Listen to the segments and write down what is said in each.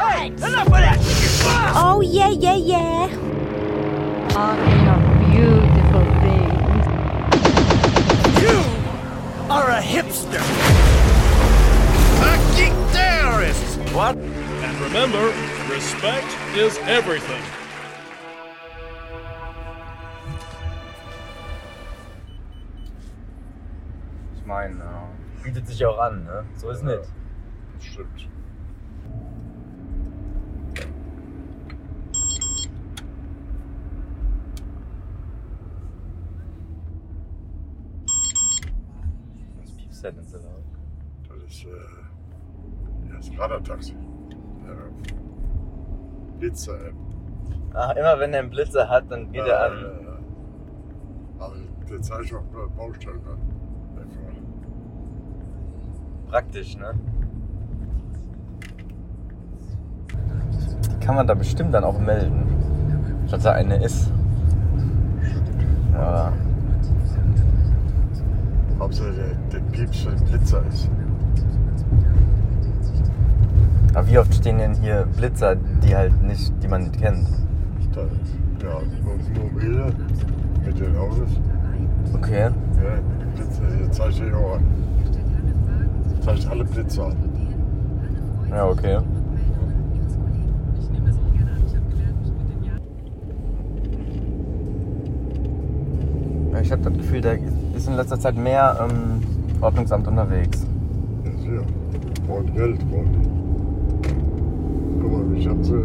legs. Enough of that. Oh, yeah, yeah, yeah. beautiful things. You are a hipster. A geek terrorist. What? And remember, respect is everything. Ich meine, ja, Bietet sich auch an, ne? So ist Ja. nicht. das stimmt. Das piepst halt nicht so laut. Das ist äh, das Radartaxi. Äh, Blitzer. Äh, Ach, immer wenn er einen Blitzer hat, dann geht er an. Äh, aber der zeigt auch nur Baustellen, ne? Einfach. Praktisch, ne? Die kann man da bestimmt dann auch melden, dass da eine ist. Aber Hauptsache der, der Pieps für den Blitzer ist. Aber wie oft stehen denn hier Blitzer, die halt nicht, die man nicht kennt? Da, ja, und mobile mit den Autos. Okay. Ja, Blitzer, der zeigt sich auch an. Zeigt alle Blitzer an. Ja, okay. Ja, Ich habe das Gefühl, da ist in letzter Zeit mehr ähm, Ordnungsamt unterwegs. Ja, sicher. Und Geld, und. Guck mal, ich habe so,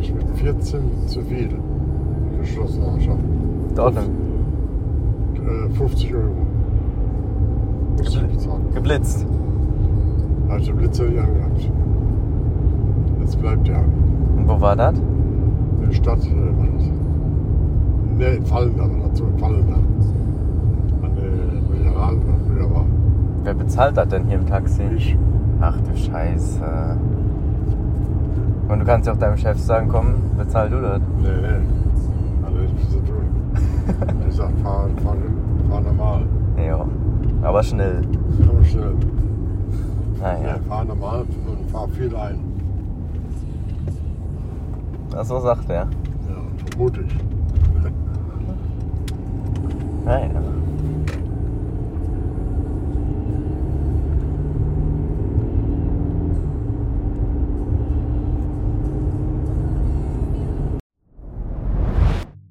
ich mit 14 zu viel geschlossen haben. Die Ordnung. Äh, 50 Euro. Muss ich bezahlen. Geblitzt. Also Blitzer die angehabt. Jetzt bleibt er an. Und wo war das? In der Stadt äh, war das. Ne, in Fallen da war das, so in Fallen da. An der Mineralen, wo früher war. Wer bezahlt das denn hier im Taxi? Ich, Ach du Scheiße. Und du kannst ja auch deinem Chef sagen, komm, bezahl du das. nee, nee. ne, Also ich bin so drüben. Ich sag, fahr, fahr, fahr normal. Ja. Aber schnell. Aber schnell. Naja. Nee, fahr normal und fahr viel ein. Ach, so sagt er. Ja, vermute ich. Naja.